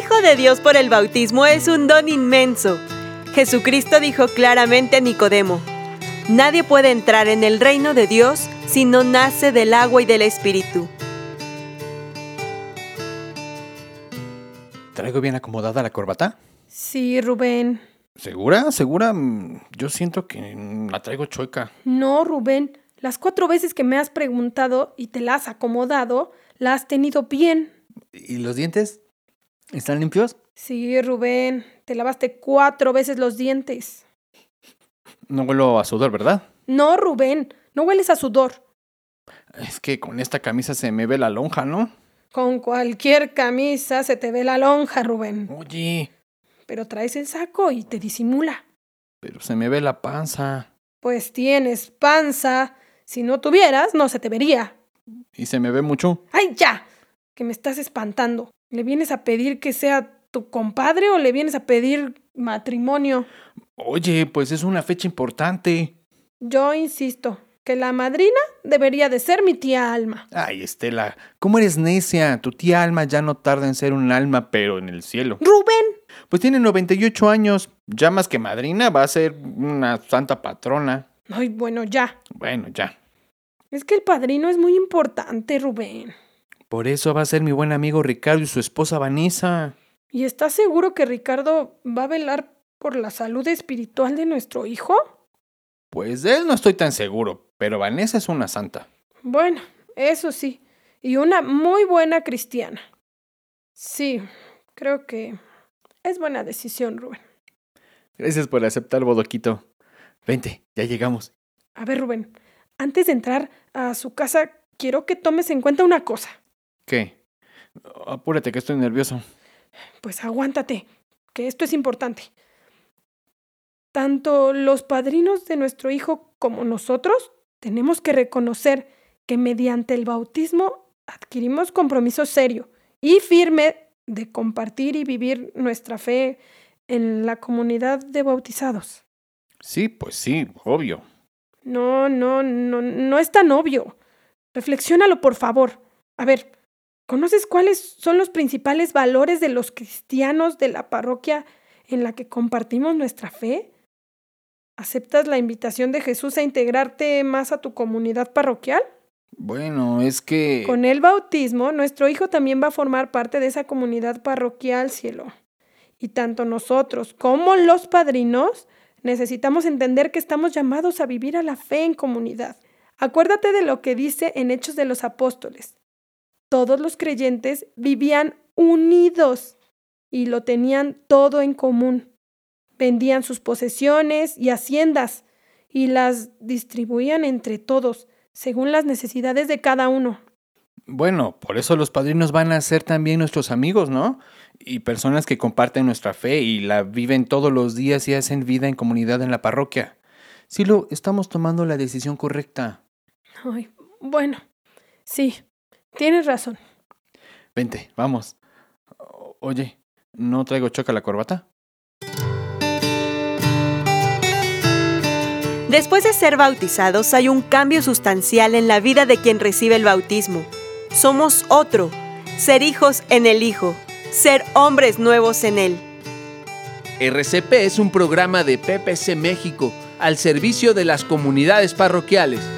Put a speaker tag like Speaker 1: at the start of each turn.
Speaker 1: Hijo de Dios por el bautismo es un don inmenso. Jesucristo dijo claramente a Nicodemo, Nadie puede entrar en el reino de Dios si no nace del agua y del Espíritu.
Speaker 2: ¿Traigo bien acomodada la corbata?
Speaker 3: Sí, Rubén.
Speaker 2: ¿Segura? ¿Segura? Mm, Yo siento que mm, la traigo chueca.
Speaker 3: No, Rubén. Las cuatro veces que me has preguntado y te las has acomodado, la has tenido bien.
Speaker 2: ¿Y los dientes? ¿Están limpios?
Speaker 3: Sí, Rubén. Te lavaste cuatro veces los dientes.
Speaker 2: No huelo a sudor, ¿verdad?
Speaker 3: No, Rubén. No hueles a sudor.
Speaker 2: Es que con esta camisa se me ve la lonja, ¿no?
Speaker 3: Con cualquier camisa se te ve la lonja, Rubén.
Speaker 2: Oye,
Speaker 3: Pero traes el saco y te disimula.
Speaker 2: pero se me ve la panza.
Speaker 3: Pues tienes panza. Si no tuvieras, no se te vería.
Speaker 2: ¿Y se me ve mucho?
Speaker 3: ¡Ay, ya! Que me estás espantando. ¿Le vienes a pedir que sea tu compadre o le vienes a pedir matrimonio?
Speaker 2: Oye, pues es una fecha importante.
Speaker 3: Yo insisto que la madrina debería de ser mi tía Alma.
Speaker 2: Ay, Estela, ¿cómo eres necia? Tu tía Alma ya no tarda en ser un alma, pero en el cielo.
Speaker 3: Rubén,
Speaker 2: Pues tiene 98 años. Ya más que madrina, va a ser una santa patrona.
Speaker 3: Ay, bueno, ya.
Speaker 2: Bueno, ya.
Speaker 3: Es que el padrino es muy importante, Rubén.
Speaker 2: Por eso va a ser mi buen amigo Ricardo y su esposa Vanessa.
Speaker 3: ¿Y estás seguro que Ricardo va a velar por la salud espiritual de nuestro hijo?
Speaker 2: Pues de él no estoy tan seguro, pero Vanessa es una santa.
Speaker 3: Bueno, eso sí. Y una muy buena cristiana. Sí, creo que es buena decisión, Rubén.
Speaker 2: Gracias por aceptar, Bodoquito. Vente, ya llegamos.
Speaker 3: A ver, Rubén, antes de entrar a su casa, quiero que tomes en cuenta una cosa.
Speaker 2: ¿Qué? Apúrate que estoy nervioso.
Speaker 3: Pues aguántate, que esto es importante. Tanto los padrinos de nuestro hijo como nosotros tenemos que reconocer que mediante el bautismo adquirimos compromiso serio y firme de compartir y vivir nuestra fe en la comunidad de bautizados.
Speaker 2: Sí, pues sí, obvio.
Speaker 3: No, no, no, no es tan obvio. Reflexiónalo, por favor. A ver, ¿conoces cuáles son los principales valores de los cristianos de la parroquia en la que compartimos nuestra fe? ¿Aceptas la invitación de Jesús a integrarte más a tu comunidad parroquial?
Speaker 2: Bueno, es que...
Speaker 3: Con el bautismo, nuestro hijo también va a formar parte de esa comunidad parroquial, cielo. Y tanto nosotros como los padrinos necesitamos entender que estamos llamados a vivir a la fe en comunidad. Acuérdate de lo que dice en Hechos de los Apóstoles. Todos los creyentes vivían unidos y lo tenían todo en común. Vendían sus posesiones y haciendas y las distribuían entre todos, según las necesidades de cada uno.
Speaker 2: Bueno, por eso los padrinos van a ser también nuestros amigos, ¿no? Y personas que comparten nuestra fe y la viven todos los días y hacen vida en comunidad en la parroquia. Sí, lo estamos tomando la decisión correcta.
Speaker 3: Ay, bueno, sí, tienes razón.
Speaker 2: Vente, vamos. O- Oye, ¿no traigo choca la corbata?
Speaker 1: Después de ser bautizados hay un cambio sustancial en la vida de quien recibe el bautismo. Somos otro, ser hijos en el Hijo, ser hombres nuevos en Él.
Speaker 4: RCP es un programa de PPC México al servicio de las comunidades parroquiales.